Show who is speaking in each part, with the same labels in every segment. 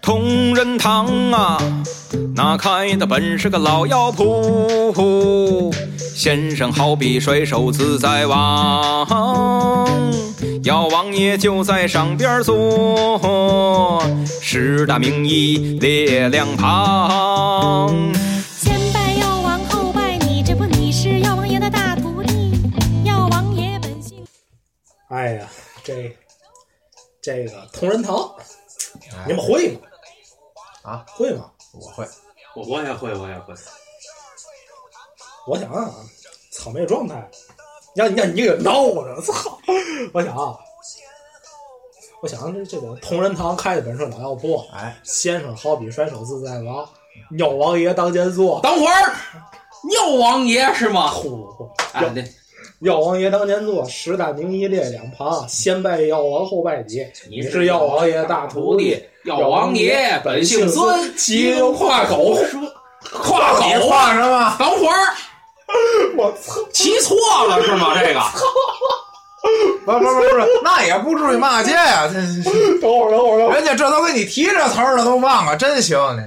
Speaker 1: 同仁堂啊，那开的本是个老药铺，先生好比甩手自在王，药王爷就在上边坐，十大名医列两旁。
Speaker 2: 先拜药王，后拜你，这不你是药王爷的大徒弟。药王爷本姓。
Speaker 3: 哎呀，这这个同仁堂，你们会吗？
Speaker 4: 啊，
Speaker 3: 会吗？
Speaker 4: 我会，
Speaker 5: 我我也会，我也会。
Speaker 3: 我想啊，草莓状态，让你让你给闹的，操！我想啊，我想这这个同仁堂开的本是老药铺，
Speaker 4: 哎，
Speaker 3: 先生好比甩手自在王，药王爷当间坐。等会儿，
Speaker 5: 药王爷是吗？
Speaker 3: 呼，
Speaker 5: 啊，那
Speaker 3: 药王爷当间坐，十大名医列两旁，先拜药王后拜你，你是药王爷大徒弟，，
Speaker 5: 药王爷本姓孙，
Speaker 3: 麒麟化狗。
Speaker 5: 跨狗
Speaker 4: 画什么？
Speaker 5: 等会儿
Speaker 3: 我操！
Speaker 5: 骑错了是吗？这个
Speaker 4: 不不不不是，那也不至于骂街呀、这
Speaker 3: 等会儿，等会儿，等会儿。
Speaker 4: 人家这都给你提这词儿了，都忘了，真行你。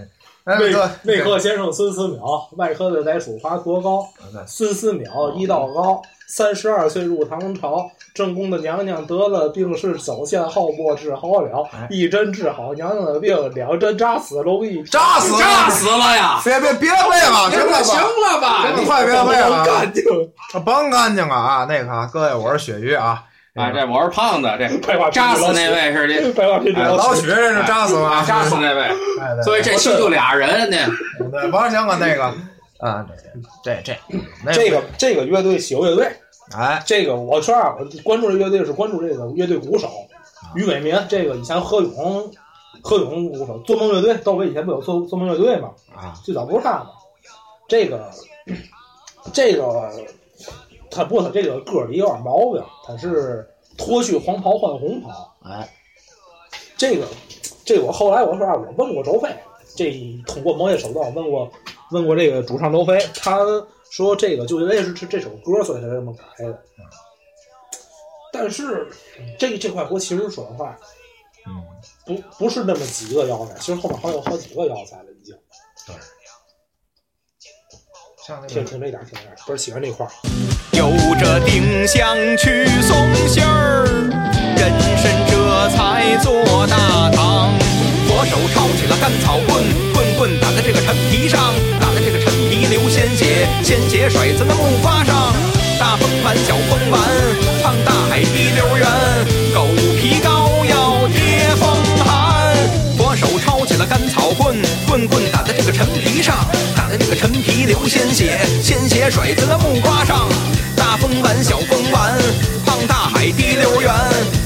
Speaker 4: 哎，
Speaker 3: 内
Speaker 4: 哥，
Speaker 3: 内科先生孙思邈，外科的来属华佗高。孙思邈医道高，三十二岁入唐朝，正宫的娘娘得了病是走线耗末治好了
Speaker 4: 哎，
Speaker 3: 一针治好娘娘的病，两针扎死龙一匹。
Speaker 4: 扎死
Speaker 5: 炸死了呀！
Speaker 4: 别别别背了，别背
Speaker 5: 行
Speaker 4: 了，
Speaker 5: 了吧？
Speaker 4: 真
Speaker 5: 你
Speaker 4: 的快别背
Speaker 3: 我
Speaker 4: 了，
Speaker 3: 干净，
Speaker 4: 甭干净了啊！那个啊，各位，我是鳕鱼啊，
Speaker 5: 啊，这我是胖子，这
Speaker 3: 白话频
Speaker 5: 扎
Speaker 3: 率
Speaker 5: 死
Speaker 3: 老
Speaker 5: 那
Speaker 3: 许，
Speaker 5: 位是这，
Speaker 3: 白话频率
Speaker 4: 哎
Speaker 3: 老
Speaker 4: 老
Speaker 3: 许
Speaker 4: 许这是扎死了啊，
Speaker 5: 扎死那位，
Speaker 4: 哎对
Speaker 5: 所以这戏就俩人呢。
Speaker 4: 对，王强啊，那个啊，这这这
Speaker 3: 这个这个乐队喜欢乐队，
Speaker 4: 哎，
Speaker 3: 这个我说啊，我关注这乐队是关注这个乐队鼓手于伟民，这个以前何勇，何勇鼓手，做梦乐队，窦唯以前不有做做梦乐队吗？
Speaker 4: 啊，
Speaker 3: 最早不是他吗？这个，这个，他不，他这个歌里有点毛病，他是脱去黄袍换红袍。
Speaker 4: 哎，
Speaker 3: 这个，这我后来我说啊，我问过周飞，这通过某些手段我问过问过这个主唱周飞，他说这个就因为是这这首歌，所以才这么改的。
Speaker 4: 嗯
Speaker 3: 但是这这块活其实说实话，
Speaker 4: 嗯，
Speaker 3: 不不是那么几个药材，其实后面还有好几个药材了已经。
Speaker 4: 像那
Speaker 3: 听
Speaker 4: 个
Speaker 3: 听这点儿，听这点儿，不是喜欢这块儿。
Speaker 1: 有这定向去送信儿，人参这才做大堂。佛手抄起了干草棍，棍棍打在这个陈皮上，打在这个陈皮流鲜血，鲜血甩在那木筏上。大风碗，小风碗，趟大海滴溜圆，狗皮膏药贴风寒。佛手抄起了干草棍，棍棍打在这个陈皮上，打在这个陈皮流鲜血，鲜血甩在了木瓜上。大风丸，小风丸，胖大海滴溜圆，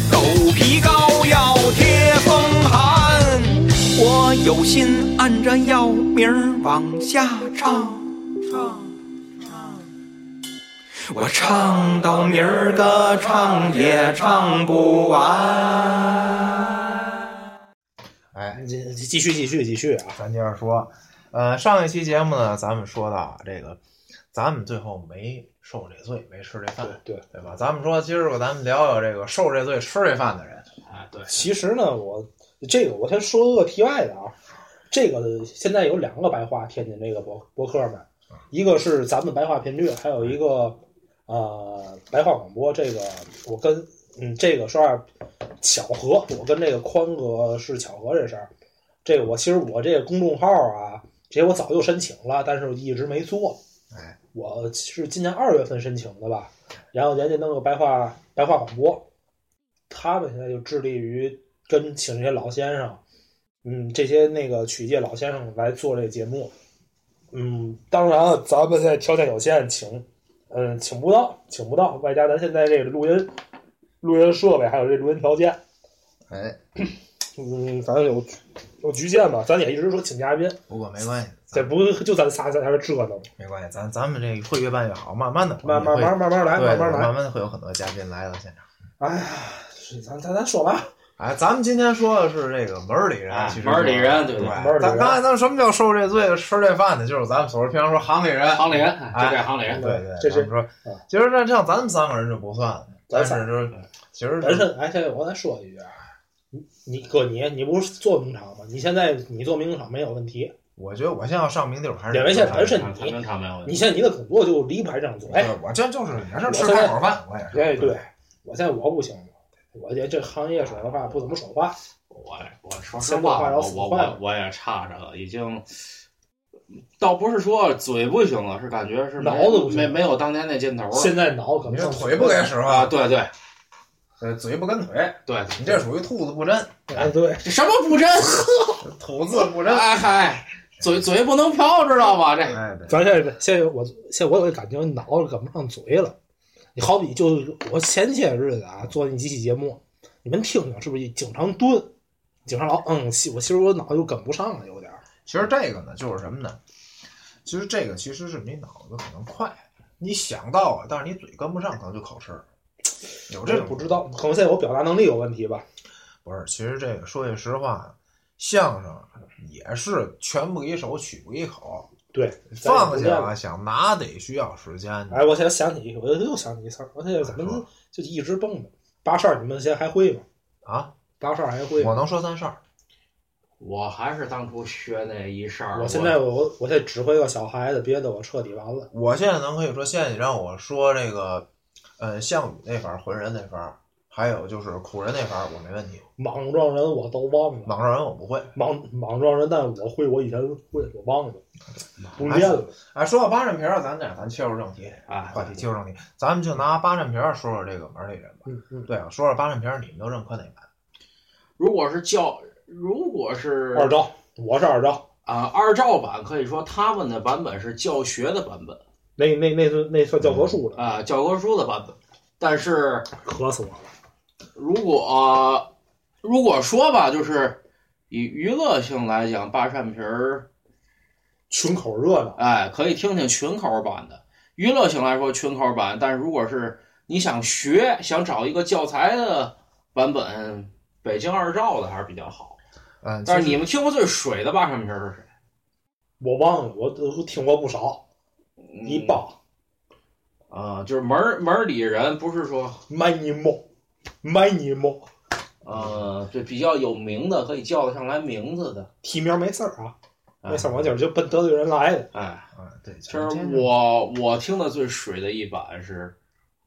Speaker 1: 狗皮膏药贴风寒。我有心按着药名儿往下唱，我唱到明儿个唱也唱不完。
Speaker 4: 哎，
Speaker 3: 你你继续继续继续啊！
Speaker 4: 咱接着说，呃，上一期节目呢，咱们说到啊这个，咱们最后没受这罪，没吃这饭，
Speaker 3: 对，
Speaker 4: 对吧？咱们说今儿个咱们聊聊这个受这罪吃这饭的人，
Speaker 5: 啊，对，
Speaker 3: 其实呢，我这个我先说个题外的啊，这个现在有两个白话天津这个博博客们，一个是咱们白话频率，还有一个呃白话广播。这个我跟嗯，这个说话巧合，我跟这个宽哥是巧合这事儿。这个我其实我这个公众号啊，这些我早就申请了，但是一直没做。
Speaker 4: 哎，
Speaker 3: 我是今年二月份申请的吧，然后人家弄个白话白话广播，他们现在就致力于跟请这些老先生，嗯，这些那个曲界老先生来做这个节目。嗯，当然了，咱们现在条件有限，请，嗯，请不到，请不到。外加咱现在这个录音、录音设备，还有这录音条件，
Speaker 6: 哎，
Speaker 3: 嗯，反正有有局限吧，咱也一直说请嘉宾，
Speaker 4: 不过没关系，
Speaker 3: 这
Speaker 4: 咱
Speaker 3: 不就咱仨在这儿折腾，
Speaker 4: 没关系，咱咱们这会越办越好，慢慢的，
Speaker 3: 慢慢慢慢慢来，
Speaker 4: 对
Speaker 3: 慢慢
Speaker 4: 慢
Speaker 3: 来。
Speaker 4: 慢的嗯会有很多嘉宾来到现场。
Speaker 3: 哎呀，是咱咱咱说吧，
Speaker 4: 哎，咱们今天说的是这个门儿里人，
Speaker 5: 哎
Speaker 4: 其实
Speaker 5: 门儿里人对
Speaker 4: 对
Speaker 5: 对
Speaker 3: 门儿里人
Speaker 4: 咱刚才咱们什么叫受这罪、吃这饭呢？就是咱们所谓平常说行里人，
Speaker 5: 行里人，哎就这行里
Speaker 4: 对
Speaker 5: 人，
Speaker 3: 这
Speaker 4: 对，
Speaker 3: 是啊
Speaker 4: 咱们说，其实那像咱们三个人就不算了，
Speaker 3: 咱
Speaker 4: 但
Speaker 3: 仨
Speaker 4: 是就是其实
Speaker 3: 本身哎，现在我再说一句啊，你你哥你你不是做名场吗？你现在你做名场没有问题，
Speaker 4: 我觉得我现在要上名地儿还是
Speaker 3: 两位现在还是
Speaker 5: 啊咱们场没有问
Speaker 3: 你
Speaker 5: 题。
Speaker 3: 现在你的工作就离不开这张嘴。
Speaker 4: 对，我这就是也是吃
Speaker 3: 我现在
Speaker 4: 开口饭，我也是。
Speaker 3: 哎，对，我在我不行，我这这行业说实话不怎么说话，
Speaker 5: 我我说实
Speaker 3: 先把话
Speaker 5: 话，
Speaker 3: 聊
Speaker 5: 我
Speaker 3: 死
Speaker 5: 我
Speaker 3: 坏
Speaker 5: 我
Speaker 3: 了
Speaker 5: 我也差着了，已经倒不是说嘴不行了，是感觉是没
Speaker 3: 脑子不行
Speaker 5: 没没有当年那劲头了
Speaker 3: 现在脑可
Speaker 4: 你
Speaker 3: 能上
Speaker 4: 这腿不给使
Speaker 5: 啊！
Speaker 4: 唤，
Speaker 5: 对对
Speaker 4: 呃，嘴不跟腿，
Speaker 5: 对，
Speaker 4: 你这属于兔子不 真，
Speaker 3: 哎，对，
Speaker 5: 这什么不真？
Speaker 4: 吐字不真。
Speaker 5: 哎嗨，嘴嘴不能飘，知道吗？这
Speaker 4: 哎，对，
Speaker 3: 咱现在现在我现在我有一感觉，脑子跟不上嘴了。你好比就我前些日子啊，做那几期节目，你们听听是不是经常蹲，经常老嗯，其我其实我脑子就跟不上了，有点儿。
Speaker 4: 其实这个呢，就是什么呢？其实这个其实是你脑子可能快，你想到啊，但是你嘴跟不上，可能就口吃。有
Speaker 3: 我
Speaker 4: 这
Speaker 3: 这
Speaker 4: 种
Speaker 3: 不知道，可能现在我表达能力有问题吧。
Speaker 4: 不是？其实这个说句实话，相声也是拳不给手，曲不给口，
Speaker 3: 对，
Speaker 4: 放
Speaker 3: 咱也不
Speaker 4: 下
Speaker 3: 见
Speaker 4: 啊，
Speaker 3: 了
Speaker 4: 想拿得需要时间。
Speaker 3: 哎，我现在想起，我又想起一事儿，我现在怎
Speaker 4: 说
Speaker 3: 么就一直蹦的八扇儿，你们现在还会吗？
Speaker 4: 啊，
Speaker 3: 八扇儿还会吗？
Speaker 4: 我能说三事儿，
Speaker 5: 我还是当初学那一扇儿。
Speaker 3: 我现在我我现在指挥个小孩子，别的我彻底完了。
Speaker 4: 我现在能可以说，现在你让我说这个，呃，项羽那番儿、浑人那番儿，还有就是苦人那番儿，我没问题。
Speaker 3: 莽撞人我都忘了，
Speaker 4: 莽撞人我不会。
Speaker 3: 莽莽撞人，但我会，我以前会，我忘了，不练了。
Speaker 4: 哎，说到八扇屏儿，咱俩咱切入正题，
Speaker 5: 啊，
Speaker 4: 话题切入正题，咱们就拿八扇屏儿说说这个门里人吧。
Speaker 3: 嗯嗯，
Speaker 4: 对啊，说说八扇屏儿，你们都认可哪版？
Speaker 5: 如果是教，如果是
Speaker 3: 二招，我是二招。
Speaker 5: 啊二照版，可以说他们的版本是教学的版本
Speaker 3: 那那那算那算教科书了，
Speaker 5: 啊，教科书的版本。但是
Speaker 3: 嗯渴死我了。
Speaker 5: 如果、如果说吧，就是以娱乐性来讲，八扇屏儿，
Speaker 3: 群口热闹，
Speaker 5: 哎，可以听听群口版的。娱乐性来说，群口版，但是如果是你想学，想找一个教材的版本，北京二照的还是比较好。
Speaker 4: 嗯，
Speaker 5: 但是
Speaker 4: 其实
Speaker 5: 你们听过最水的八扇屏儿是谁？
Speaker 3: 我忘了，我我听过不少，一
Speaker 5: 嗯
Speaker 3: 帮
Speaker 5: 啊、就是门儿门儿里人，不是说
Speaker 3: many more，many more，
Speaker 5: 呃，对比较有名的，可以叫得上来名字的。
Speaker 3: 提名没事儿啊，
Speaker 5: 哎
Speaker 3: 没事儿，我今儿就奔得罪人来的。
Speaker 5: 哎，
Speaker 4: 啊，对，其
Speaker 5: 其实我我听的最水的一版是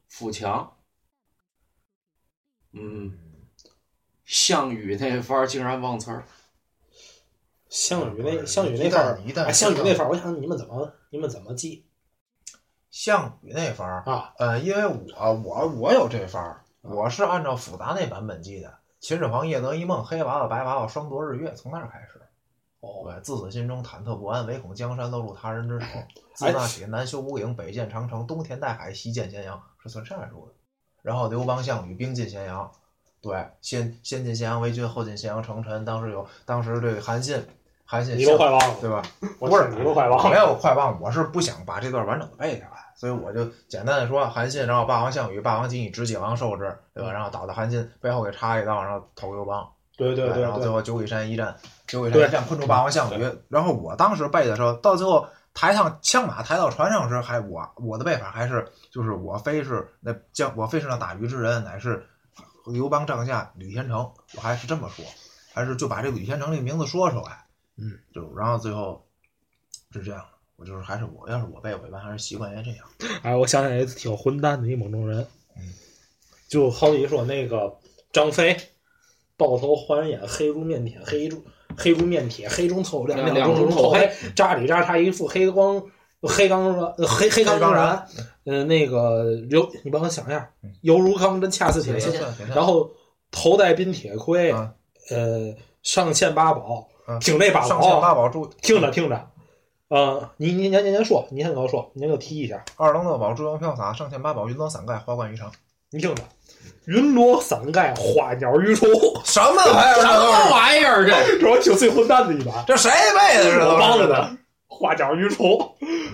Speaker 5: 富强，嗯，项羽那番儿竟然忘 词儿，
Speaker 3: 项羽
Speaker 4: 不
Speaker 3: 那
Speaker 4: 是
Speaker 3: 项羽
Speaker 4: 嗯一
Speaker 3: 那
Speaker 4: 旦
Speaker 3: 范儿，
Speaker 4: 一旦
Speaker 3: 哎，项羽
Speaker 4: 知道
Speaker 3: 那范儿，我想你们怎么你们怎么记
Speaker 4: 项羽那番儿，
Speaker 3: 啊？
Speaker 4: 呃，因为我我我有这番儿，我是按照复杂那版本记的。秦始皇夜得一梦，黑娃娃白娃娃双夺日月，从那儿开始。
Speaker 3: 哦，
Speaker 4: 对，自此心中忐忑不安，唯恐江山漏入他人 之手。自
Speaker 3: 哎
Speaker 4: 那起，南修吴郢，北建长城，东填代海，西建咸阳，是从这样入的。然后刘邦、项羽兵进咸阳，对，先先进咸阳为君，后进咸阳成臣。当时有，当时这个韩信，韩信
Speaker 3: 你都
Speaker 4: 项
Speaker 3: 快忘了。
Speaker 4: 对吧？
Speaker 3: 我
Speaker 4: 不是
Speaker 3: 是你都快忘
Speaker 4: 没
Speaker 3: 了。
Speaker 4: 有快忘，我是不想把这段完整的背下来，所以我就简单的说韩信，然后霸王项羽，霸王仅以知，解王受之，对吧？然后打到韩信背后给插一刀，然后投刘邦。
Speaker 3: 对对对
Speaker 4: 然后最
Speaker 3: 对，
Speaker 4: 后九尾山一战，九尾山
Speaker 3: 对
Speaker 4: 一战困住霸王项羽。然后我当时背的时候，到最后抬上枪马抬到船上时，还我我的背法还是就是我非是那将我非是那打鱼之人，乃是刘邦帐下吕天成，我还是这么说，还是就把这个吕天成这个名字说出来。
Speaker 3: 嗯，
Speaker 4: 就然后最后是这样的，我就是还是我要是我背，我一般还是习惯于这样。
Speaker 3: 哎，我想起来一次挺混蛋的一蒙中人，
Speaker 4: 嗯
Speaker 3: 就好比说那个张飞，抱头还眼，黑如面铁，黑如黑如面铁，黑中透亮，
Speaker 5: 亮
Speaker 3: 亮
Speaker 5: 中
Speaker 3: 中
Speaker 5: 透
Speaker 3: 透
Speaker 5: 黑
Speaker 3: 黑，扎里扎嚓一副黑光黑钢软呃黑黑钢
Speaker 4: 黑钢
Speaker 3: 钢
Speaker 4: 然
Speaker 3: 然，呃，那个犹你帮我想一下，
Speaker 4: 嗯
Speaker 3: 犹如钢针恰似铁心，然后头戴鬓铁盔，
Speaker 4: 啊
Speaker 3: 呃，上嵌八宝，
Speaker 4: 啊
Speaker 3: 挺肋八
Speaker 4: 上线
Speaker 3: 宝，
Speaker 4: 八宝珠，
Speaker 3: 听着听着，呃，您您您您您说，您先给我说，您给我提一下。
Speaker 4: 二龙斗宝珠光飘洒，上线八宝云龙伞盖，花冠鱼肠。
Speaker 3: 你听着，云罗伞盖花鸟鱼虫，
Speaker 4: 什么玩意
Speaker 5: 什
Speaker 4: 儿？啊这都
Speaker 5: 么
Speaker 4: 是
Speaker 5: 玩意儿这？
Speaker 3: 这我挺最混蛋的一把，
Speaker 4: 这谁背的？这都
Speaker 3: 我
Speaker 4: 哎是
Speaker 3: 帮着他。花鸟鱼虫，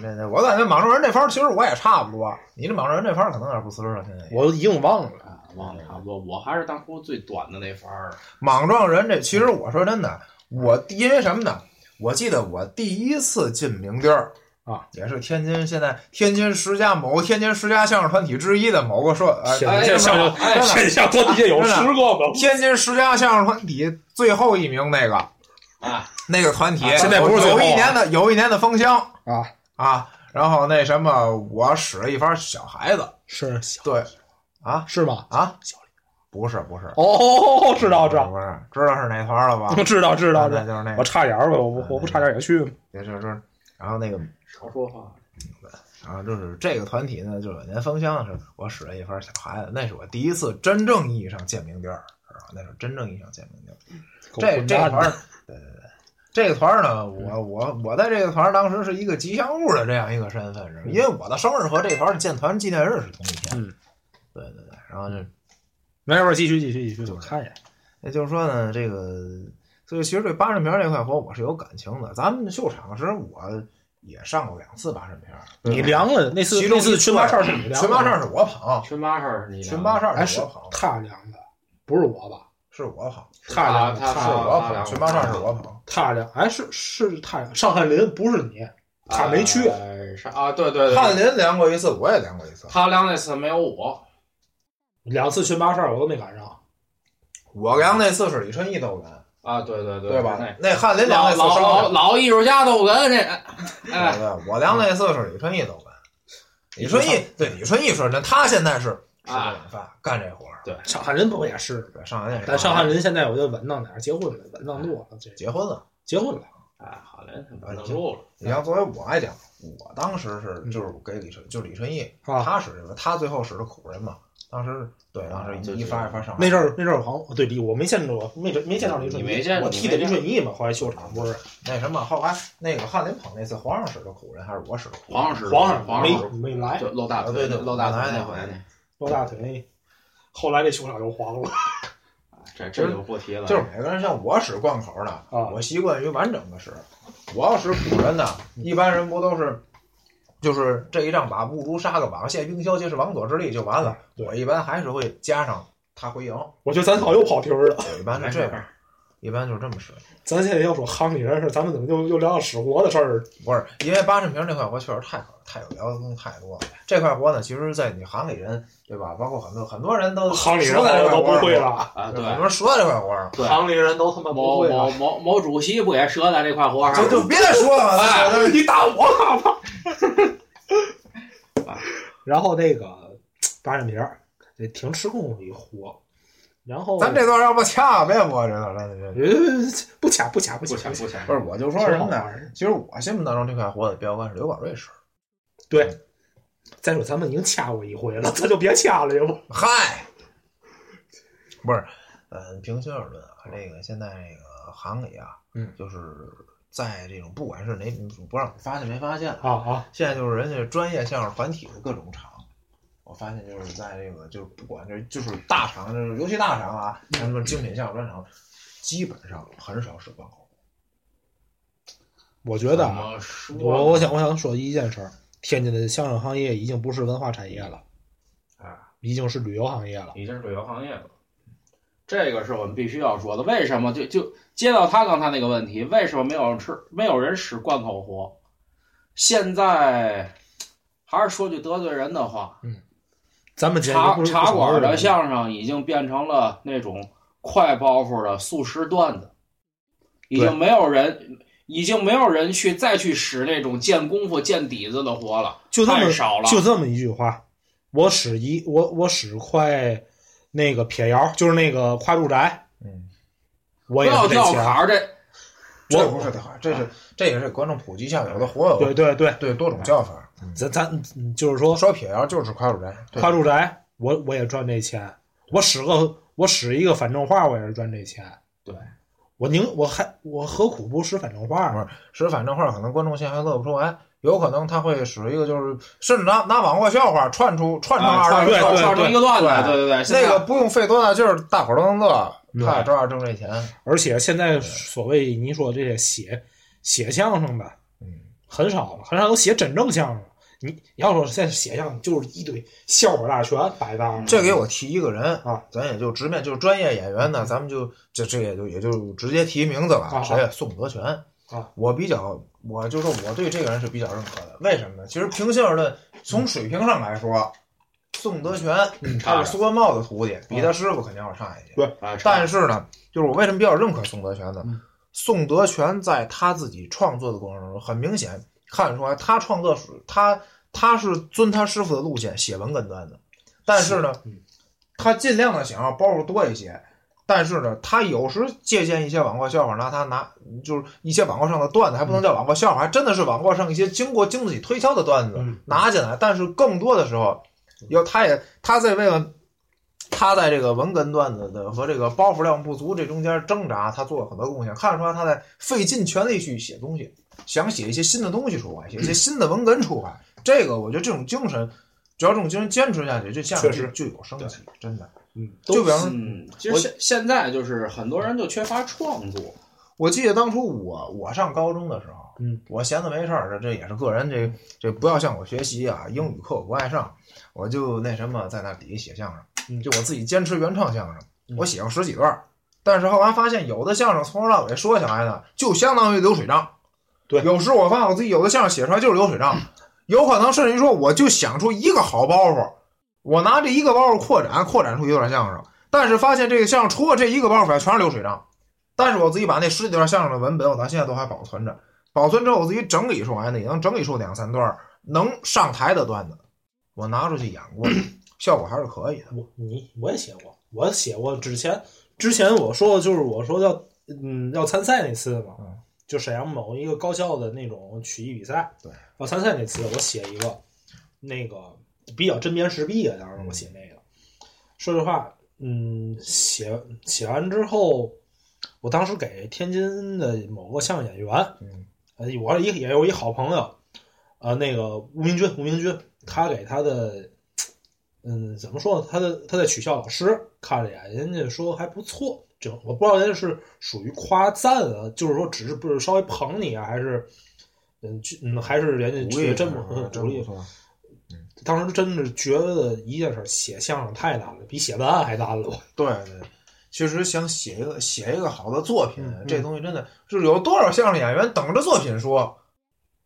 Speaker 4: 那那我感觉莽撞人这方，其实我也差不多。你这莽撞人这方可能有点不呲了，现在也。
Speaker 3: 我已经忘了。
Speaker 5: 啊忘了差不多，我还是当初最短的那番儿。
Speaker 4: 莽撞人这，其实我说真的，我因为什么呢？我记得我第一次进名地儿
Speaker 3: 啊，
Speaker 4: 也是天津现在天津十佳某个天津十佳相声团体之一的某个社，呃
Speaker 3: 天
Speaker 4: 哎
Speaker 5: 津
Speaker 4: 真的
Speaker 5: 哎
Speaker 4: 真的
Speaker 3: 线下团体界有
Speaker 4: 真
Speaker 3: 十
Speaker 4: 的
Speaker 3: 个 吧？
Speaker 4: 天津十佳相声团体最后一名那个
Speaker 5: 啊，
Speaker 4: 那个团体，
Speaker 3: 啊现在不是最后啊
Speaker 4: 有一年的有一年的封箱
Speaker 3: 啊，
Speaker 4: 啊，然后那什么，我使了一番小孩子，
Speaker 3: 是小
Speaker 4: 对啊
Speaker 3: 是吗？
Speaker 4: 啊
Speaker 3: 小，
Speaker 4: 不是不是，
Speaker 3: 哦，知道知道
Speaker 4: 不是知道是哪团了吧？啊
Speaker 3: 知道 知道知道，
Speaker 4: 那就是那
Speaker 3: 我
Speaker 4: 个，
Speaker 3: 差点儿吧，我不我不差点儿也去吗？
Speaker 4: 也就是这儿然后那个
Speaker 5: 少说话。
Speaker 4: 然后就是这个团体呢，就是年封箱的时候，我使了一番小孩子，那是我第一次真正意义上见名地儿，知道吧？那是真正意义上见名地儿。这这个团儿，对对对，这个团儿呢，我我我在这个团儿当时是一个吉祥物的这样一个身份，是因为我的生日和这团儿的建团纪念日是同一天。
Speaker 3: 嗯，
Speaker 4: 对对对，然后就
Speaker 3: 没事，继续继续继续，我看一眼。
Speaker 4: 也就是说呢，这个，所以其实对八扇屏这块活我是有感情的。咱们秀场时我也上过两次八扇屏，
Speaker 3: 你量了那次
Speaker 4: 其中
Speaker 3: 那次
Speaker 4: 一
Speaker 3: 群
Speaker 4: 段
Speaker 3: 发哨是你量的，
Speaker 4: 群八扇是我捧，
Speaker 5: 群八事儿，你啊
Speaker 4: 群八
Speaker 5: 事
Speaker 4: 扇
Speaker 3: 哎
Speaker 4: 是
Speaker 3: 是
Speaker 4: 我捧，
Speaker 3: 他量的，不是我吧？
Speaker 4: 是我捧，
Speaker 3: 他量的
Speaker 5: 他
Speaker 4: 是
Speaker 5: 他
Speaker 3: 他
Speaker 4: 我
Speaker 5: 他俩
Speaker 4: 捧，群八扇是我捧。
Speaker 3: 他量，哎是是他量，尚汉林不是你，他
Speaker 5: 哎
Speaker 3: 没去，
Speaker 5: 是啊，对对对，
Speaker 4: 翰林量过一次，我也量过一次。
Speaker 5: 他量那次没有我，
Speaker 3: 两次群八哨我都没赶上。
Speaker 4: 我量那次是李春义斗哏，
Speaker 5: 啊，对对对
Speaker 4: 对吧？那翰
Speaker 5: 那
Speaker 4: 林量那
Speaker 5: 老老
Speaker 4: 次是
Speaker 5: 老老艺术家都跟这，哎，
Speaker 4: 对，我量那次是李春义斗哏。嗯李春义啊对李春义说真，他现在是吃这碗饭，干这活儿。
Speaker 3: 尚汉林不也是？
Speaker 4: 对，上海那
Speaker 3: 但尚汉林现在我就稳当点儿，结婚了，稳当多了，这
Speaker 4: 结婚了。
Speaker 3: 结婚了，
Speaker 5: 哎，好嘞，稳得住了。
Speaker 4: 你要作为我来讲，我当时是就是给李春，就是李春义，
Speaker 3: 啊
Speaker 4: 他使的，他最后使的苦人嘛。当时啊对，当时一一发一发上来
Speaker 3: 那阵儿那阵儿好像对李我没见着过，没见没见到李准
Speaker 5: 你
Speaker 3: 一，
Speaker 5: 没见
Speaker 3: 我
Speaker 5: 你
Speaker 3: 替
Speaker 5: 没
Speaker 3: 的李
Speaker 5: 见
Speaker 3: 准一嘛，后来秀场不是
Speaker 4: 那什么，后来那个翰林捧那次，皇上使的苦人还是我使的苦人？
Speaker 5: 皇上是
Speaker 3: 皇上
Speaker 5: 皇
Speaker 3: 没
Speaker 5: 上
Speaker 3: 没来
Speaker 5: 就露大腿，露大腿那回那，
Speaker 3: 抱大腿，后来这球场又黄了。
Speaker 5: 这这就不提了。
Speaker 4: 就是每个人像我使贯口的，
Speaker 3: 啊
Speaker 4: 我习惯于完整的使。我要使苦人的，一般人不都是，就是这一仗把不如杀个榜，谢冰消皆是王佐之力就完了。
Speaker 3: 对
Speaker 4: 我一般还是会加上他回营，
Speaker 3: 我觉得咱好像又跑题儿了。
Speaker 4: 我一般是这样，一般就是这么使。
Speaker 3: 咱现在要说夯里人的事儿，咱们怎么就又聊到使活的事儿？
Speaker 4: 不是，因为八扇屏这块活确实太可太有聊的东西太多了。这块活呢，其实，在你行里人对吧？包括很多很多人都
Speaker 3: 夯里人
Speaker 4: 说在这
Speaker 3: 我
Speaker 4: 块
Speaker 3: 都
Speaker 4: 活
Speaker 3: 不
Speaker 4: 上
Speaker 3: 会，了，
Speaker 5: 啊，
Speaker 4: 对
Speaker 5: 对
Speaker 4: 吧，很多人说在这块活上，
Speaker 5: 对
Speaker 3: 行里人都他妈不
Speaker 5: 某
Speaker 3: 会
Speaker 5: 某
Speaker 3: 了。
Speaker 5: 某某主席不也折在这块活
Speaker 4: 就
Speaker 5: 上？
Speaker 4: 就别说了，
Speaker 5: 哎
Speaker 4: 那
Speaker 3: 你打我干嘛？然后那个八扇屏儿也挺吃功夫一活，然后
Speaker 4: 咱这段要不掐了，别播这段了。这这
Speaker 3: 呃不掐不掐不
Speaker 5: 不
Speaker 3: 掐
Speaker 5: 抢不抢
Speaker 4: 不，是，我就说什么呢？其实我心目当中这块活的标杆是刘宝瑞使的。
Speaker 3: 对，再说咱们已经掐过一回了，咱就别掐了，要不？
Speaker 4: 嗨，不是，嗯，平心而论啊，这个现在这个行里啊，
Speaker 3: 嗯，
Speaker 4: 就是在这种不管是哪种，不让发现没发现啊
Speaker 3: 啊啊，
Speaker 4: 现在就是人家专业相声团体的各种场，我发现就是在这个就是不管这就是大场，就是尤其大场啊，什么精品相声专场，基本上很少使贯口。
Speaker 3: 我觉
Speaker 5: 怎
Speaker 3: 得啊，
Speaker 5: 么说？
Speaker 3: 我我想我想说一件事儿，天津的相声行业已经不是文化产业了，
Speaker 5: 啊，
Speaker 3: 已经是旅游行业了。
Speaker 5: 已经是旅游行业了。这个是我们必须要说的。为什么就就接到他刚才那个问题，为什么没有人吃，没有人使贯口活？现在还是说句得罪人的话，
Speaker 3: 咱们今天
Speaker 5: 茶
Speaker 3: 不是
Speaker 5: 茶馆的
Speaker 3: 不是
Speaker 5: 相声已经变成了那种快包袱的速食段子，已经没有人，已经没有人去再去使那种见功夫、见底子的活了，
Speaker 3: 就这
Speaker 5: 太
Speaker 3: 么
Speaker 5: 少了。
Speaker 3: 就这么一句话，我使一我我使块那个撇窑，就是那个跨住宅，
Speaker 4: 嗯，
Speaker 3: 我
Speaker 5: 不
Speaker 3: 也
Speaker 5: 要
Speaker 3: 是这
Speaker 5: 掉坎
Speaker 3: 钱。
Speaker 5: 儿，这
Speaker 4: 这不是的话，这是这也是观众普及下有的活有
Speaker 3: 对对对，
Speaker 4: 对多种叫法。
Speaker 3: 咱咱嗯就是说
Speaker 4: 说撇谣就是夸主宅，对
Speaker 3: 跨住宅，我我也赚这钱，我使个我使一个反正话，我也是赚这钱。
Speaker 5: 对，
Speaker 3: 我宁我还我何苦不使反正话
Speaker 4: 不
Speaker 3: 呢？
Speaker 4: 是使反正话，可能观众现在还乐不出来。有可能他会使一个就是甚至拿拿网络笑话串出串成
Speaker 5: 啊
Speaker 4: 二
Speaker 5: 串
Speaker 4: 十
Speaker 3: 对
Speaker 5: 串
Speaker 3: 对
Speaker 5: 串成一个段子，对对对，现在
Speaker 4: 那个不用费多大劲儿，大伙儿都能乐，
Speaker 3: 对
Speaker 4: 他也照样挣这钱。
Speaker 3: 而且现在所谓你说这些写写相声的，
Speaker 4: 嗯，
Speaker 3: 很少了，很少有写真正相声了。你你要说现在写相声，就是一堆笑话大全摆那儿了。
Speaker 4: 这给我提一个人
Speaker 3: 啊，嗯
Speaker 4: 咱也就直面，就是专业演员呢，咱们就这这也就也就直接提名字
Speaker 3: 啊
Speaker 4: 了，谁呀？宋德全
Speaker 3: 啊，
Speaker 4: 我比较，我就说我对这个人是比较认可的，为什么呢？其实平心而论，
Speaker 3: 嗯
Speaker 4: 从水平上来说，宋德全他是苏文茂的徒弟，
Speaker 3: 啊
Speaker 4: 比他师傅肯定要差一些。
Speaker 5: 啊，差
Speaker 4: 但是呢，就是我为什么比较认可宋德全呢？宋德全在他自己创作的过程中，很明显看得出来，他创作是他他是遵他师傅的路线写文跟段子，但是呢，他尽量的想要包袱多一些。但是呢，他有时借鉴一些网络笑话，拿他拿就是一些网络上的段子，还不能叫网络笑话，还真的是网络上一些经过经得起推敲的段子
Speaker 3: 嗯
Speaker 4: 拿进来。但是更多的时候，要他也他在为了他在这个文哏段子的呃和这个包袱量不足这中间挣扎，他做了很多贡献，看得出来他在费尽全力去写东西，想写一些新的东西出来，写一些
Speaker 3: 嗯
Speaker 4: 新的文哏出来。这个我觉得这种精神，只要这种精神坚持下去，这下面
Speaker 3: 确
Speaker 4: 就
Speaker 3: 实
Speaker 4: 就有生机，真的。
Speaker 3: 嗯，
Speaker 4: 就比方说
Speaker 5: 嗯，其实
Speaker 4: 我
Speaker 5: 现现在就是很多人就缺乏创作，
Speaker 4: 我记得当初我我上高中的时候，
Speaker 3: 嗯，
Speaker 4: 我闲着没事儿，这这也是个人这这不要向我学习啊，英语课我不爱上，我就那什么在那底下写相声，
Speaker 3: 嗯
Speaker 4: 就我自己坚持原创相声，我写过十几段儿，但是后来发现有的相声从头到尾说起来呢，就相当于流水账，
Speaker 3: 对
Speaker 4: 有时我发现我自己有的相声写出来就是流水账，有可能甚至于说我就想出一个好包袱，我拿这一个包袱扩展扩展出一段相声，但是发现这个相声除了这一个包袱，全是流水账。但是我自己把那十几段相声的文本，我到现在都还保存着。保存之后，我自己整理出来呢，也能整理出两三段儿能上台的段子，我拿出去演 过，效果还是可以的。
Speaker 3: 我你我也写过，我写过之前之前我说的就是我说要嗯要参赛那次嘛，
Speaker 4: 嗯
Speaker 3: 就沈阳某一个高校的那种曲艺比赛，
Speaker 4: 对，
Speaker 3: 要参赛那次我写一个那个比较针砭时弊啊，当时我
Speaker 4: 嗯
Speaker 3: 写那个，说实话，嗯，写写完之后，我当时给天津的某个相声演员，
Speaker 4: 嗯
Speaker 3: 呃，我一也有一好朋友，呃，那个吴明军，吴明军，他给他的，嗯，怎么说呢？他的他的曲校老师看了一眼，人家说还不错，这我不知道人家是属于夸赞啊，就是说只是不是稍微捧你啊，还是，嗯，去嗯，还是人家
Speaker 4: 鼓
Speaker 3: 觉
Speaker 4: 励
Speaker 3: 得真
Speaker 4: 不
Speaker 3: 不嗯
Speaker 4: 真
Speaker 3: 鼓励
Speaker 4: 不，错。
Speaker 3: 当时真是觉得一件事儿，写相声太难了，比写文案还难了。
Speaker 4: 对对，其实想写一个写一个好的作品，
Speaker 3: 嗯
Speaker 4: 这东西真的就是有多少相声演员等着作品说。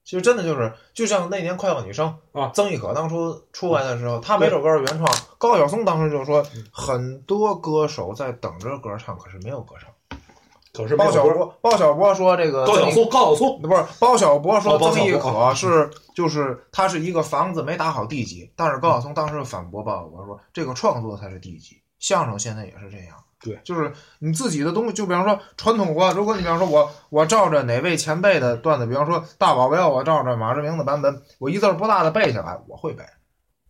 Speaker 4: 其实真的就是，就像那年《快乐女声》
Speaker 3: 啊
Speaker 4: 曾轶可当初出来的时候，她每首歌是原创。高晓松当时就说，
Speaker 3: 嗯
Speaker 4: 很多歌手在等着歌唱，可是没有歌唱。
Speaker 3: 可是没
Speaker 4: 包
Speaker 3: 有
Speaker 4: 小
Speaker 3: 歌，
Speaker 4: 波，包小波说这个
Speaker 3: 高晓
Speaker 4: 曾轶
Speaker 3: 松，高晓松，
Speaker 4: 不是包小波说
Speaker 3: 哦包
Speaker 4: 曾
Speaker 3: 小
Speaker 4: 轶
Speaker 3: 波
Speaker 4: 可是就是他是一个房子没打好地基，但是高晓松当时反驳包小波说这个创作才是地基，相声现在也是这样。
Speaker 3: 对
Speaker 4: 就是你自己的东西，就比方说传统文化，如果你比方说我我照着哪位前辈的段子，比方说大保镖，我照着马志明的版本，我一字不落的背下来，我会背。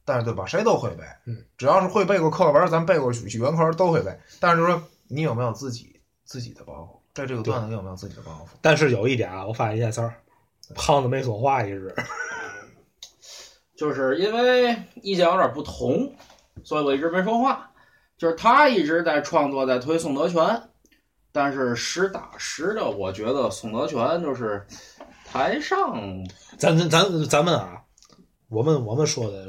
Speaker 4: 但是对吧？谁都会背，
Speaker 3: 嗯，
Speaker 4: 只要是会背过课文，咱背过语文课文都会背。但是就是说你有没有自己自己的包袱，在这个段子里有没有自己的包袱？
Speaker 3: 但是有一点啊，我发现一件事儿，胖子没说话一日。
Speaker 5: 就是因为意见有点不同，所以我一直没说话。就是他一直在创作，在推宋德全，但是实打实的，我觉得宋德全就是台上
Speaker 3: 咱咱咱咱们啊，我们我们说的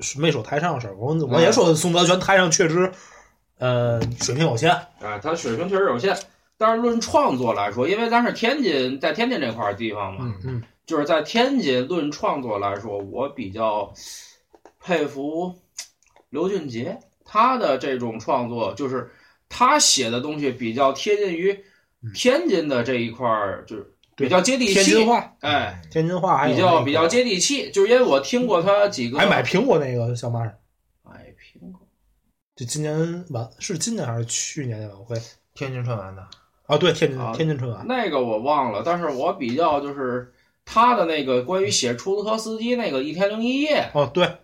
Speaker 3: 是没说台上的事儿，我们
Speaker 5: 嗯
Speaker 3: 我也说宋德全台上确实，呃，水平有限，
Speaker 5: 啊，他水平确实有限。但是论创作来说，因为咱是天津，在天津这块儿地方嘛，
Speaker 3: 嗯，
Speaker 5: 就是在天津论创作来说，我比较佩服刘俊杰，他的这种创作就是他写的东西比较贴近于天津的这一块儿，就是比较接地气。
Speaker 3: 嗯天津话，
Speaker 5: 哎，
Speaker 3: 天津话还有
Speaker 5: 比较
Speaker 3: 那个
Speaker 5: 比较，接地气，就是因为我听过他几个
Speaker 3: 还买苹果那个小马儿，
Speaker 5: 买苹果，
Speaker 3: 就今年晚是今年还是去年的晚会
Speaker 4: 天津春晚的，
Speaker 3: 啊？对，天津
Speaker 5: 啊
Speaker 3: 天津春晚，
Speaker 5: 那个我忘了，但是我比较就是他的那个关于写出租车司机那个一天零一夜，
Speaker 3: 哦对，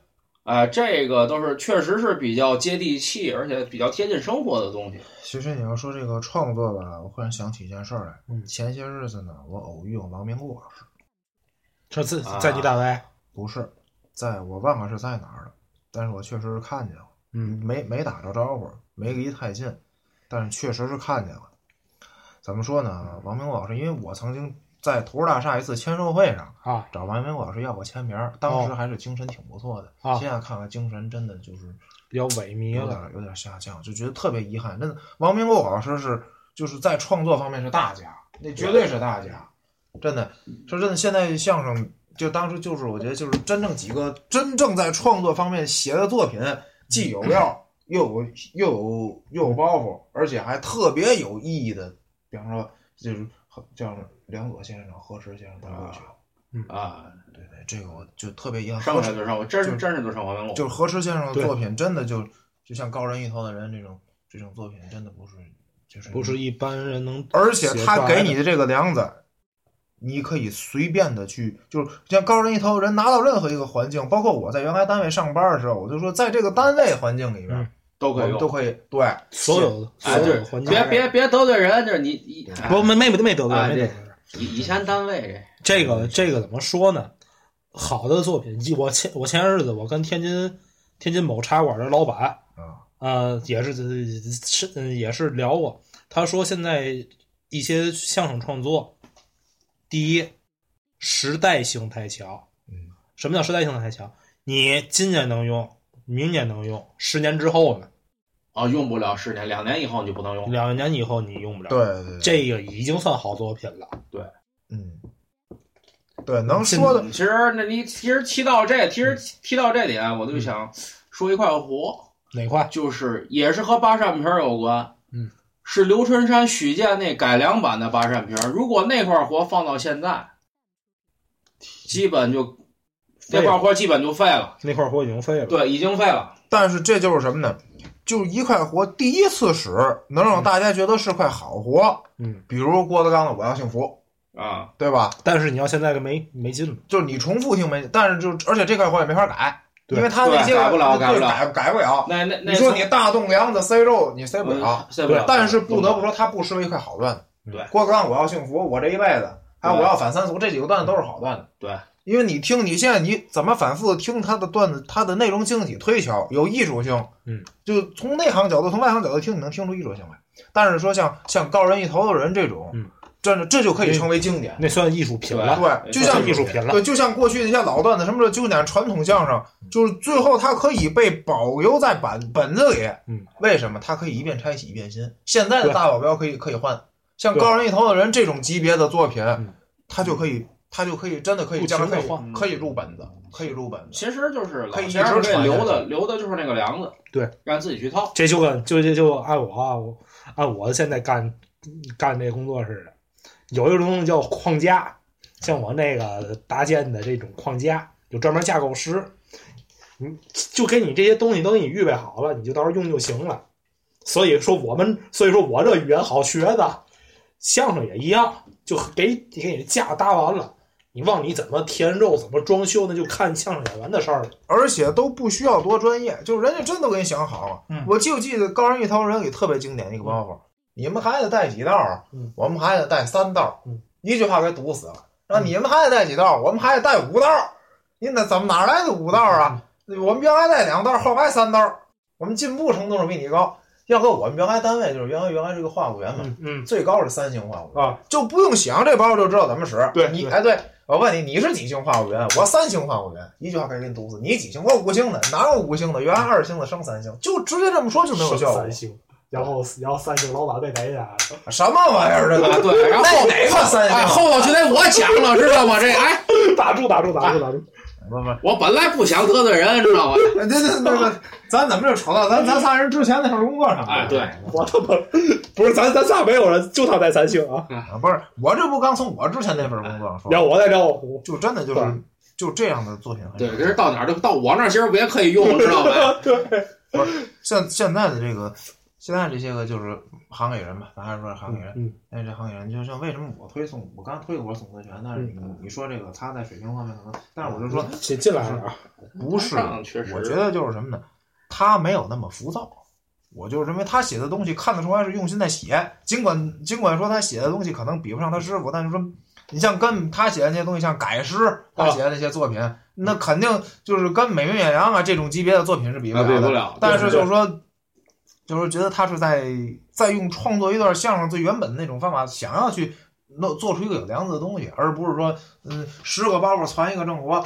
Speaker 5: 哎、这个都是确实是比较接地气，而且比较贴近生活的东西。
Speaker 4: 其实你要说这个创作吧，我忽然想起一件事儿来。
Speaker 3: 嗯
Speaker 4: 前些日子呢，我偶遇我王明路老师，
Speaker 3: 这在
Speaker 5: 啊
Speaker 3: 在你单位，
Speaker 4: 啊不是，在我忘了是在哪儿了，但是我确实是看见了，
Speaker 3: 嗯，
Speaker 4: 没没打着招呼，没离太近，但是确实是看见了。怎么说呢，王明武老师，因为我曾经在图书大厦一次签售会上
Speaker 3: 啊，
Speaker 4: 找王明武老师要过签名儿，当时还是精神挺不错的，
Speaker 3: 哦啊
Speaker 4: 现在看来精神真的就是
Speaker 3: 比较萎靡
Speaker 4: 有
Speaker 3: 了，
Speaker 4: 点有点下降，就觉得特别遗憾。真的，王明武老师是就是在创作方面是大家，那绝对是大家。真的，说真的，现在相声就当时就是我觉得就是真正几个真正在创作方面写的作品，既有料 又有又有又有包袱，而且还特别有意义的，比方说就是像梁左先生、何池先生的过去，
Speaker 5: 啊，
Speaker 4: 对对，这个我就特别遗憾。
Speaker 5: 上来就上，我真是
Speaker 4: 就
Speaker 5: 真是就上王
Speaker 3: 哦
Speaker 5: 明路，
Speaker 4: 就是何池先生的作品，真的就就像高人一头的人这种这种作品，真的不是
Speaker 5: 嗯
Speaker 4: 就是
Speaker 3: 不是，一般人能
Speaker 4: 而且他给你的这个梁子，你可以随便的去，就是像高人一头人拿到任何一个环境，包括我在原来单位上班的时候，我就说在这个单位环境里
Speaker 3: 嗯
Speaker 4: 边，
Speaker 5: 都
Speaker 4: 我
Speaker 5: 可以
Speaker 4: 们
Speaker 5: 用
Speaker 4: 都。可以对
Speaker 3: 所有的所
Speaker 5: 哎，
Speaker 3: 有
Speaker 5: 对
Speaker 3: 的环，境，
Speaker 5: 别别别得罪人，就是你以
Speaker 3: 不没没没没得罪
Speaker 5: 啊
Speaker 3: 没得
Speaker 5: 对
Speaker 3: 罪。
Speaker 5: 以以前单位
Speaker 3: 这个这个怎么说呢？好的作品，我前我前些日子我跟天津天津某茶馆的老板，
Speaker 4: 啊，
Speaker 3: 呃，也是是嗯也是聊过，他说现在一些相声创作，第一，时代性太强。
Speaker 4: 嗯，
Speaker 3: 什么叫时代性太强？你今年能用，明年能用，十年之后呢？
Speaker 5: 啊用不了十年，两年以后你就不能用了。
Speaker 3: 两年以后你用不了。
Speaker 4: 对，对，对
Speaker 3: 这个已经算好作品了。
Speaker 4: 嗯，对能说的
Speaker 5: 嗯其实那你其实提到这，其
Speaker 4: 嗯
Speaker 5: 实提到这点，我就想说一块活，
Speaker 3: 哪块？
Speaker 5: 就是也是和八扇屏儿有关。
Speaker 3: 嗯，
Speaker 5: 是刘春山、许健那改良版的八扇屏儿。如果那块活放到现在，基本就那块活基本就废了。
Speaker 3: 那块活已经废了。
Speaker 5: 对，已经废了。
Speaker 4: 但是这就是什么呢？就是一块活第一次使能让大家觉得是块好活，
Speaker 3: 嗯，
Speaker 4: 比如郭德纲的《我要幸福》，
Speaker 5: 啊，
Speaker 4: 对吧？
Speaker 3: 但是你要现在个没没劲了。
Speaker 4: 就是你重复听没，但是就而且这块活也没法改，
Speaker 3: 对
Speaker 4: 因为他那些
Speaker 5: 对改不了
Speaker 4: 对
Speaker 5: 改不了
Speaker 4: 改改不了。
Speaker 5: 那那那
Speaker 4: 你说你大栋梁子塞肉，你塞不
Speaker 5: 嗯，
Speaker 4: 了
Speaker 5: 塞不了，
Speaker 4: 但是不得不说，他不失为一块好段子。
Speaker 5: 对
Speaker 4: 郭德纲我要幸福，我这一辈子，还有
Speaker 5: 对
Speaker 4: 我要反三俗，这几个段子都是好段子。
Speaker 5: 对，
Speaker 4: 因为你听，你现在你怎么反复听他的段子，他的内容经得起推敲，有艺术性。
Speaker 3: 嗯，
Speaker 4: 就从内行角度，从外行角度听，你能听出艺术性来。但是说像像高人一头的人这种，
Speaker 3: 嗯，
Speaker 4: 真的这就可以成为经典。
Speaker 3: 那算艺术品
Speaker 5: 对
Speaker 3: 了，
Speaker 4: 对，就像
Speaker 3: 算艺术品了。嗯
Speaker 4: 对，就像过去那些老段子，什么的，就讲传统相声，就是最后它可以被保留在本本子里。
Speaker 3: 嗯，
Speaker 4: 为什么？它可以一遍拆洗一遍新。现在的
Speaker 3: 对
Speaker 4: 大保镖可以可以换，像
Speaker 3: 对
Speaker 4: 高人一头的人这种级别的作品
Speaker 3: 嗯，
Speaker 4: 它就可以，它就可以真的可以
Speaker 3: 不停
Speaker 4: 将
Speaker 3: 地
Speaker 4: 来可以
Speaker 3: 换嗯
Speaker 4: 可以入本子，可以入本子。
Speaker 5: 其实就是老
Speaker 4: 可以一
Speaker 5: 先生
Speaker 4: 直
Speaker 5: 给
Speaker 4: 传下
Speaker 5: 留
Speaker 4: 去
Speaker 5: 的留的就是那个梁子，
Speaker 3: 对，
Speaker 5: 让自己去套。
Speaker 3: 这就跟就就就按我啊，我按我现在干干这工作似的，有一种东西叫框架，像我那个搭建的这种框架，有专门架构师，你就给你这些东西都给你预备好了，你就到时候用就行了。所以说我们，所以说我这语言好学的，相声也一样，就给给你架搭完了，你往你怎么填肉、怎么装修，那就看相声演员的事儿了。
Speaker 4: 而且都不需要多专业，就是人家真都给你想好了。
Speaker 3: 嗯
Speaker 4: 我就记得高人一头人里特别经典的一个包袱，你们还得带几道啊？
Speaker 3: 嗯
Speaker 4: 我们还得带三道，
Speaker 3: 嗯
Speaker 4: 一句话给堵死了。然后你们还得带几道？我们还得带五道。你那怎么哪来的五道啊？我们原来带两道，后来三道，我们进步程度是比你高。要搁我们原来单位就是原来原来是个化务员嘛，
Speaker 3: 嗯嗯
Speaker 4: 最高是三星化务员
Speaker 3: 啊，
Speaker 4: 就不用想这包就知道怎么使。
Speaker 3: 对
Speaker 4: 你
Speaker 3: 对
Speaker 4: 哎，对我问你，你是几星化务员？我三星化务员，一句话可以给你堵死。你几星？我五星的，哪有五星的？原来二星的升三星，就直接这么说就能有效果
Speaker 6: 三。星，然后然后三星老板被逮起来了，
Speaker 4: 什么玩意儿这
Speaker 5: 啊，
Speaker 4: 个？
Speaker 5: 对，然后
Speaker 4: 那哪个三
Speaker 5: 哎，
Speaker 4: 星？
Speaker 5: 后头就得我讲了，知道吗？这哎，
Speaker 6: 打住打住打住打住，
Speaker 4: 不不，
Speaker 5: 我本来不想得罪人，知道吗？
Speaker 4: 这这这个，咱怎么就扯到咱咱仨人之前那份工作上了？啊
Speaker 5: 哎，对，
Speaker 6: 我他妈不是咱咱仨没有人，就他在三星啊，
Speaker 4: 啊，不是，我这不刚从我之前那份工作上说
Speaker 5: 哎
Speaker 6: 然，后我在赵虎，
Speaker 4: 就真的就
Speaker 6: 对
Speaker 4: 是就这样的作品很
Speaker 5: 对，
Speaker 4: 少
Speaker 5: 这是到哪儿就到我那儿，其实我也可以用，知 道 吧？
Speaker 4: 现现在的这个，现在这些个就是行给人吧，咱还是说行给人。
Speaker 3: 嗯
Speaker 4: 但是这行给人，就像为什么我推送，我刚推过宋德全，但
Speaker 5: 嗯
Speaker 4: 是你、你说这个他在水平方面可能，但是我就说
Speaker 3: 进进来了啊，
Speaker 5: 嗯
Speaker 4: 不是，
Speaker 5: 上确实
Speaker 4: 我觉得就是什么呢？他没有那么浮躁。我就是认为他写的东西看得出来是用心在写，尽管尽管说他写的东西可能比不上他师傅，但是说你像跟他写的那些东西，像改诗，
Speaker 5: 啊
Speaker 4: 他写的那些作品，那肯定就是跟美云远洋啊这种级别的作品是比不
Speaker 5: 啊，比
Speaker 4: 了
Speaker 5: 不
Speaker 4: 的。
Speaker 5: 了。
Speaker 4: 但是就是说，就是觉得他是在在用创作一段相声最原本的那种方法，想要去弄做出一个有梁子的东西，而不是说嗯十个包袱传一个正活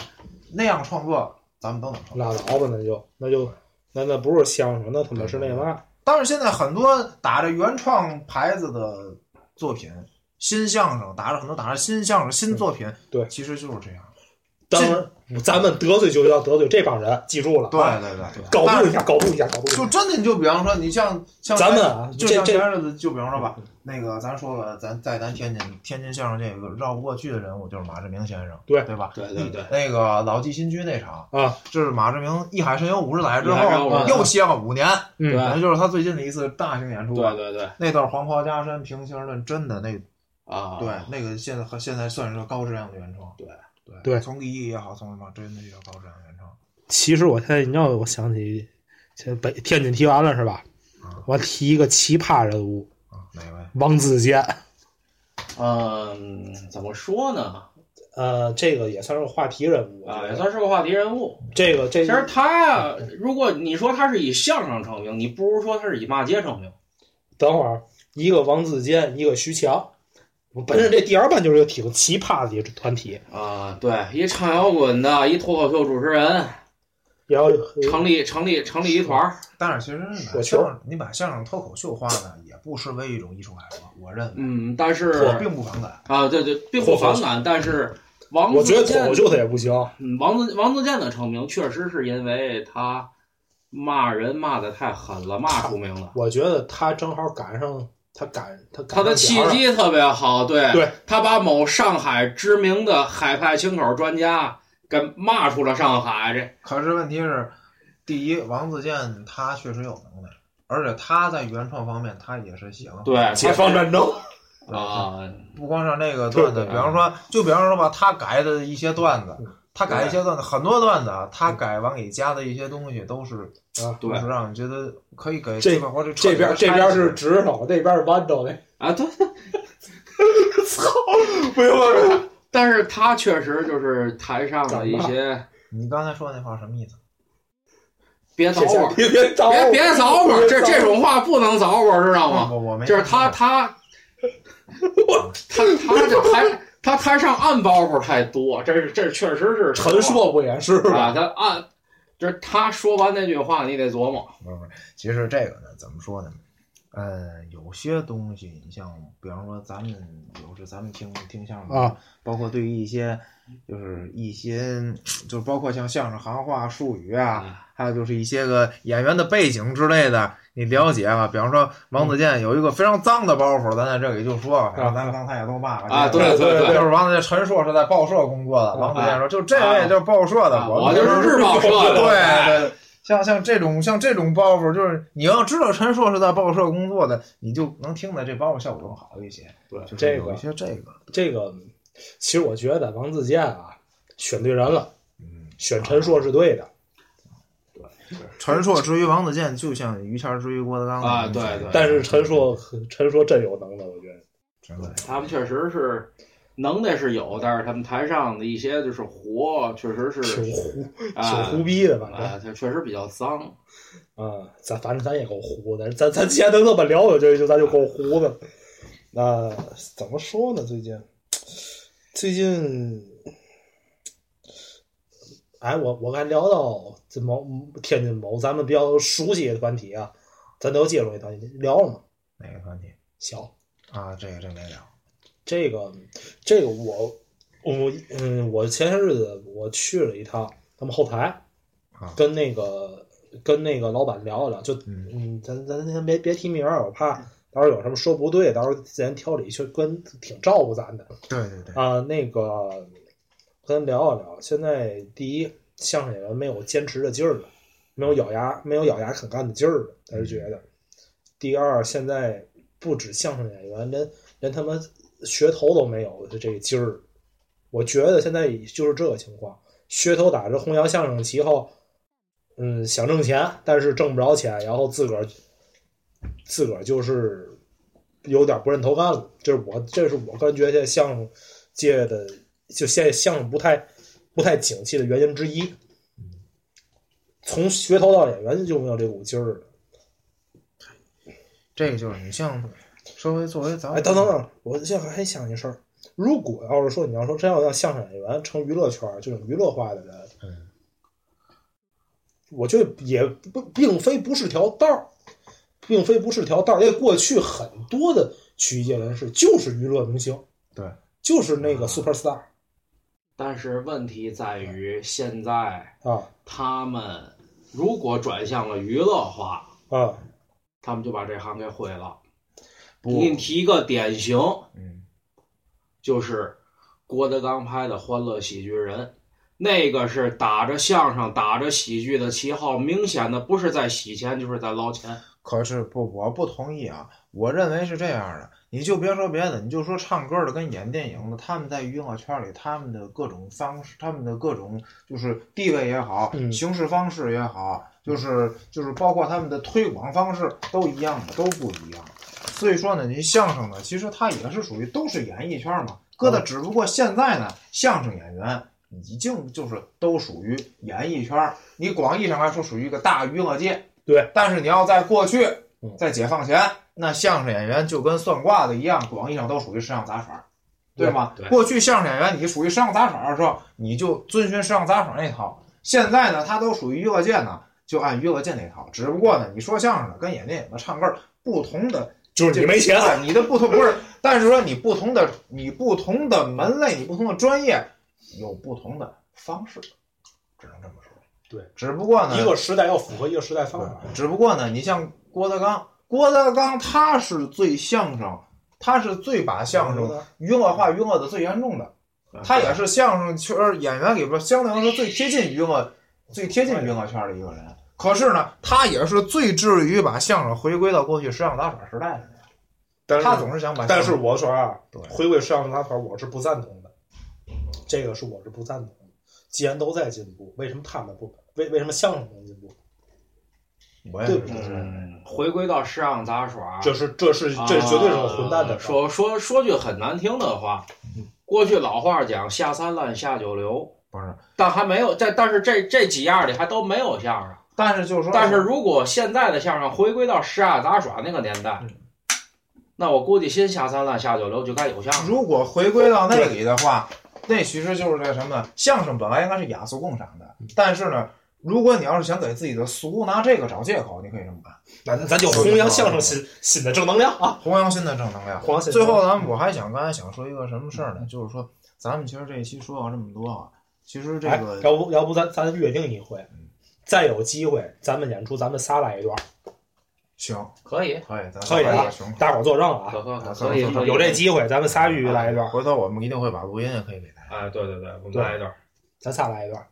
Speaker 4: 那样创作，咱们都能创作。
Speaker 3: 拉倒吧，那就那就那那不是相声，那他妈是那嘛。
Speaker 4: 但是现在很多打着原创牌子的作品，新相声打着很多打着新相声新作品，
Speaker 3: 对
Speaker 4: 其实就是这样。嗯
Speaker 3: 当然，咱们得罪就要得罪这帮人，记住了
Speaker 4: 对
Speaker 3: 啊，
Speaker 4: 对对，
Speaker 3: 搞
Speaker 4: 但
Speaker 3: 不
Speaker 4: 是
Speaker 3: 一下，搞不一下，搞不一下
Speaker 4: 就。真的，你就比方说，你像像
Speaker 3: 咱们啊，
Speaker 4: 就
Speaker 3: 这嗯
Speaker 4: 像前
Speaker 3: 这
Speaker 4: 阵子，就比方说吧，那个咱说了，咱在咱天津天津相声这个绕不过去的人物就是马志明先生，
Speaker 3: 对
Speaker 4: 对吧？
Speaker 5: 对对对，
Speaker 4: 那个老纪新区那场
Speaker 3: 啊，
Speaker 4: 就是马志明一海神游五十载之
Speaker 5: 一海神游
Speaker 4: 后
Speaker 5: 50载
Speaker 4: 又歇了五年，
Speaker 3: 嗯
Speaker 4: 可能就是他最近的一次大型演出。
Speaker 5: 对，对对
Speaker 4: 那段黄袍加身、平行论，真的那
Speaker 5: 啊，
Speaker 4: 对那个现在和现在算是个高质量的原创。
Speaker 5: 对
Speaker 4: 对
Speaker 3: 对
Speaker 4: 从立意也好，从什么，真的是个高质量原创。
Speaker 3: 其实我现在你让我想起，现在北天津提完了是吧
Speaker 4: 啊？
Speaker 3: 我提一个奇葩人物
Speaker 4: 啊，哪位？
Speaker 3: 王自健。
Speaker 5: 嗯，怎么说呢？啊
Speaker 3: 呃，这个也算是个话题人物
Speaker 5: 啊，也算是个话题人物。
Speaker 3: 这个这
Speaker 5: 其实他，如果你说他是以相声成名，你不如说他是以骂街成名。
Speaker 3: 等会儿，一个王自健，一个徐强。我本身这第二班就是一个挺奇葩的一个团体，
Speaker 5: 啊，对，一唱摇滚的，一脱口秀主持人，
Speaker 3: 然后呃
Speaker 5: 成立成立成立一团儿。
Speaker 4: 但是其实你把
Speaker 3: 我球
Speaker 4: 相声，你把相声脱口秀化呢，也不失为一种艺术改革。我认为，
Speaker 5: 嗯，但是
Speaker 4: 我并不反感。
Speaker 5: 啊，对对，并不反感，但是王
Speaker 3: 我
Speaker 5: 自
Speaker 3: 觉得脱
Speaker 5: 健
Speaker 3: 口秀他也不行。
Speaker 5: 嗯，王自王自健的成名确实是因为他骂人骂的太狠了，骂出 名了。
Speaker 3: 我觉得他正好赶上，他赶他赶
Speaker 5: 他的
Speaker 3: 上
Speaker 5: 契
Speaker 3: 点儿了
Speaker 5: 机特别好，对，
Speaker 3: 对
Speaker 5: 他把某上海知名的海派清口专家给骂出了上海，这
Speaker 4: 可是问题是，第一，王自健他确实有能耐，而且他在原创方面他也是写了。
Speaker 5: 对
Speaker 3: 解放战 争，
Speaker 4: 对
Speaker 5: 啊，
Speaker 4: 不光是那个段
Speaker 3: 对
Speaker 4: 子，
Speaker 3: 嗯
Speaker 4: 比方说，就比方说吧，他改的一些段子，他改一些段子，很多段子啊，他改往里加的一些东西都是
Speaker 3: 啊
Speaker 5: 对
Speaker 4: 都是让你觉得可以给
Speaker 3: 这
Speaker 4: 块或者
Speaker 3: 这边这边是直头，那边是弯头的。
Speaker 5: 啊，对，
Speaker 3: 不用了，
Speaker 5: 但是他确实就是台上的一些
Speaker 4: 你刚才说那话什么意思？
Speaker 5: 别早玩，
Speaker 3: 别别找
Speaker 5: 别别早玩，这这
Speaker 3: 种。
Speaker 5: 种话不能早玩，知道吗？
Speaker 4: 我我没
Speaker 5: 啊就是他他他他这台他台上暗包袱太多，这是这确实是实话
Speaker 3: 陈硕不也是吗？
Speaker 5: 啊，他暗就是他说完那句话，你得琢磨。
Speaker 4: 不是不是，其实这个呢，怎么说呢？呃，有些东西，你像比方说咱们有时咱们听听相声
Speaker 3: 啊，
Speaker 4: 包括对于一些就是一些就是包括像相声行话术语
Speaker 5: 嗯
Speaker 4: 啊，还有就是一些个演员的背景之类的，你了解啊。比方说王自健有一个非常脏的包袱，咱在这里就说吧，反正咱刚才也都骂了
Speaker 5: 啊
Speaker 4: 这个
Speaker 5: 对
Speaker 3: 对对
Speaker 4: 就是王自健，陈硕是在报社工作的，王自健说就这位就是报社的，
Speaker 5: 啊
Speaker 4: 们
Speaker 5: 我就是日报社的，
Speaker 4: 对对，像像这种像这种包袱，就是你要知道陈硕是在报社工作的，你就能听得这包袱效果更好一些。
Speaker 5: 对
Speaker 4: 就是
Speaker 3: 这个
Speaker 4: 有一些这个，
Speaker 3: 这个其实我觉得王自健啊，选对人了，
Speaker 4: 嗯，
Speaker 3: 选陈硕是对的。
Speaker 4: 陈硕之于王自健，就像于谦之于郭德纲
Speaker 5: 啊对对
Speaker 3: 但是陈硕，陈硕真有能耐，我觉得。
Speaker 4: 真的
Speaker 5: 他们确实是能耐是有，但是他们台上的一些就是活，确实是
Speaker 3: 挺胡，挺
Speaker 5: 啊
Speaker 3: 胡逼的，反正
Speaker 5: 啊，他确实比较脏。
Speaker 3: 啊，咱反正咱也够胡的，咱咱既然能这么聊，我觉得就咱就够胡的。那怎么说呢？最近，最近，哎，我我还聊到这某天津某咱们比较熟悉的团体啊，咱都接触这团体聊了吗？
Speaker 4: 哪个团体
Speaker 3: 小
Speaker 4: 啊？这个这没聊。
Speaker 3: 这个，这个我，我，嗯，我前些日子我去了一趟他们后台
Speaker 4: 啊，
Speaker 3: 跟那个跟那个老板聊了聊，就
Speaker 4: 嗯
Speaker 3: 嗯，咱咱先别别提名儿，我怕到时候有什么说不对，到时候自然挑理去，跟挺照顾咱的
Speaker 4: 对对对，
Speaker 3: 啊。那个跟聊一聊，现在第一，相声演员没有坚持的劲儿了，没有咬牙没有咬牙啃干的劲儿了，他是觉得。第二，现在不止相声演员，连连他妈噱头都没有的这劲儿，我觉得现在就是这个情况，噱头打着弘扬相声旗号，嗯，想挣钱，但是挣不着钱，然后自个儿自个儿就是有点不认头干了，这是我这是我感觉现在相声界的就现在相声不太不太景气的原因之一。从噱头到演员就没有这股劲儿了。
Speaker 4: 这个就是你像稍微作为咱
Speaker 3: 哎，等等等，我现在还想一事儿，如果要是说你要说真要让相声演员成娱乐圈儿这种娱乐化的人，
Speaker 4: 嗯
Speaker 3: 我觉得也不并非不是条道儿，并非不是条道儿，因为过去很多的曲艺界人士就是娱乐明星，
Speaker 4: 对，
Speaker 3: 就是那个 super star
Speaker 5: 但是问题在于，现在
Speaker 3: 啊
Speaker 5: 他们如果转向了娱乐化，
Speaker 3: 啊，
Speaker 5: 他们就把这行给毁了。我
Speaker 4: 不
Speaker 5: 给你提一个典型，
Speaker 4: 嗯，
Speaker 5: 就是郭德纲拍的《欢乐喜剧人》，那个是打着相声、打着喜剧的旗号，明显的不是在洗钱，就是在捞钱。
Speaker 4: 可是不，我不同意啊！我认为是这样的，你就别说别的，你就说唱歌的跟演电影的，他们在娱乐圈里，他们的各种方式，他们的各种就是地位也好，
Speaker 3: 嗯
Speaker 4: 行事方式也好，就是就是包括他们的推广方式都一样的，都不一样。所以说呢，您相声呢，其实它也是属于都是演艺圈嘛，搁的只不过现在呢，相声演员已经就是都属于演艺圈，你广义上来说属于一个大娱乐界。
Speaker 3: 对，
Speaker 4: 但是你要在过去
Speaker 3: 嗯，
Speaker 4: 在解放前，那相声演员就跟算卦的一样，广义上都属于时尚杂耍儿，对吗？
Speaker 5: 对
Speaker 4: 过去相声演员你属于时尚杂耍儿的时候，你就遵循时尚杂耍儿那套。现在呢，他都属于娱乐界呢，就按娱乐界那套。只不过呢，你说相声的跟演电影的、唱歌儿不同的
Speaker 6: 就是你没钱，
Speaker 4: 对你的不同不是，但是说你不同的你不同的门类，你不同的专业，有不同的方式，只能这么说。
Speaker 3: 对，
Speaker 4: 只不过呢，
Speaker 3: 一个时代要符合一个时代方法。
Speaker 4: 啊只不过呢，你像郭德纲，郭德纲他是最相声，他是最把相声娱乐化、娱乐的最严重的，他也是相声圈儿演员里边相对来说最贴近娱乐、最贴近娱乐圈的一个人。可是呢，他也是最致力于把相声回归到过去时尚杂耍时代的人。
Speaker 3: 但
Speaker 4: 他总是想把相声，
Speaker 3: 但是我说啊
Speaker 4: 对，
Speaker 3: 回归上上杂团，我是不赞同的，这个是我是不赞同的。既然都在进步，为什么他们不？为为什么相声能进步？
Speaker 4: 我也是
Speaker 3: 对
Speaker 4: 这么认为。
Speaker 5: 嗯，回归到时尚杂耍，
Speaker 3: 这是这是这绝对是个混蛋的
Speaker 5: 啊
Speaker 3: 事儿。嗯
Speaker 5: 说说说句很难听的话，过去老话讲下三滥下九流，
Speaker 4: 不是，
Speaker 5: 但还没有这，但是这这几样里还都没有相声。
Speaker 4: 但是
Speaker 3: 嗯
Speaker 4: 就是说，
Speaker 5: 但是如果现在的相声回归到时下杂耍那个年代，
Speaker 3: 嗯
Speaker 5: 那我估计先下三滥下九流就该有相
Speaker 3: 啊
Speaker 5: 声。
Speaker 4: 如果回归到那里的话，那其实就是这什么呢？相声本来应该是雅俗共赏
Speaker 3: 嗯
Speaker 4: 的，但是呢，如果你要是想给自己的俗拿这个找借口，你可以这么干，
Speaker 3: 咱咱就弘扬相声新新的正能量啊！
Speaker 4: 弘扬新的正能量。
Speaker 3: 弘扬新的
Speaker 4: 嗯最后，咱们我还想刚才想说一个什么事儿呢？就是说，咱们其实这一期说到这么多啊，其实这
Speaker 3: 哎
Speaker 4: 个、嗯
Speaker 3: 要不要不咱咱约定一回，再有机会咱们演出，咱们仨来一段，
Speaker 4: 行，
Speaker 5: 可以，
Speaker 4: 可以，咱
Speaker 3: 可以
Speaker 4: 咱
Speaker 3: 啊
Speaker 4: 也行。
Speaker 3: 大伙儿作证
Speaker 5: 可
Speaker 3: 啊！
Speaker 5: 可
Speaker 4: 啊
Speaker 5: 可可以，
Speaker 4: 可
Speaker 5: 可以
Speaker 3: 有这机会，咱们仨必须来一段，
Speaker 4: 回头我们一定会把录音也可以给大家。
Speaker 5: 哎，对对对，我们
Speaker 3: 对
Speaker 5: 来一段。
Speaker 3: 咱仨来一段。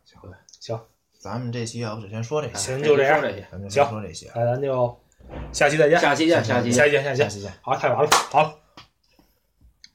Speaker 4: 咱们这期要不就先说这些，啊
Speaker 3: 行，就这样，
Speaker 5: 哎说这些，
Speaker 4: 咱们就先说这些，啊
Speaker 3: 那咱就下期再见，
Speaker 5: 下期见，下期见。
Speaker 3: 下期见，下期
Speaker 4: 下
Speaker 3: 见。
Speaker 4: 期见。
Speaker 3: 好，太晚了，好了，